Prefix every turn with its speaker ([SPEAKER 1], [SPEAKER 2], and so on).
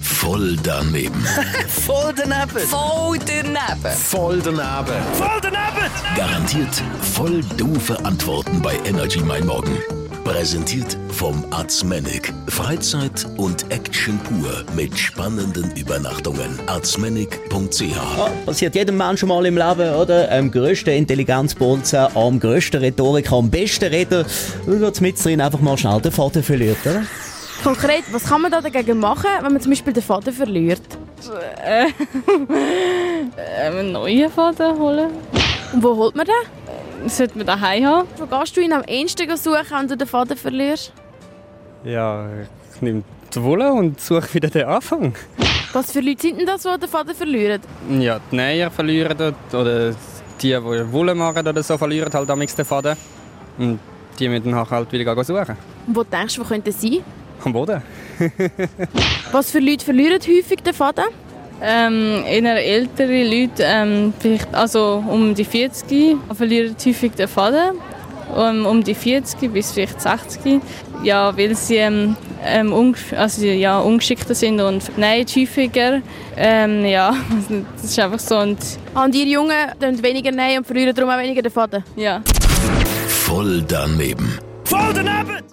[SPEAKER 1] Voll daneben.
[SPEAKER 2] Voll daneben.
[SPEAKER 3] Voll daneben.
[SPEAKER 2] Voll daneben.
[SPEAKER 1] Garantiert voll doofe Antworten bei Energy Mein Morgen. Präsentiert vom Arzmenig. Freizeit und Action pur mit spannenden Übernachtungen. Arzmenig.ch
[SPEAKER 4] Ja, passiert jedem Menschen mal im Leben, oder? Am grössten Intelligenzbolzen, am grössten Rhetoriker, am besten Redner, weil er mit drin einfach mal schnell den Faden verliert, oder?
[SPEAKER 5] Konkret, was kann man da dagegen machen, wenn man zum Beispiel den Faden verliert?
[SPEAKER 6] einen neuen Faden holen.
[SPEAKER 5] Und wo holt man den?
[SPEAKER 6] Das sollte man daheim haben.
[SPEAKER 5] Wo gehst du ihn am ehesten suchen, wenn du den Faden verlierst?
[SPEAKER 7] Ja, ich nehme die Wolle und suche wieder den Anfang.
[SPEAKER 5] Was für Leute sind denn das, die den Faden verlieren?
[SPEAKER 7] Ja, die Näher verlieren dort, oder die, die Wolle machen oder so, verlieren halt am den Faden. Und die müssen nachher halt wieder gehen suchen.
[SPEAKER 5] Und wo denkst du, wo könnte es sein?
[SPEAKER 7] Am Boden.
[SPEAKER 5] Was für Leute verlieren häufig den Faden?
[SPEAKER 6] Ähm, eher ältere Leute, ähm, vielleicht also um die 40, verlieren häufig den Faden. Um, um die 40 bis vielleicht 60. Ja, weil sie ähm, ähm, ungesch- also, ja, ungeschickter sind und nein, häufiger. Ähm, ja, das ist einfach so. Und,
[SPEAKER 5] Ah, Und ihr Jungen tun weniger nein und verlieren darum auch weniger den Faden?
[SPEAKER 6] ja.
[SPEAKER 1] Voll daneben.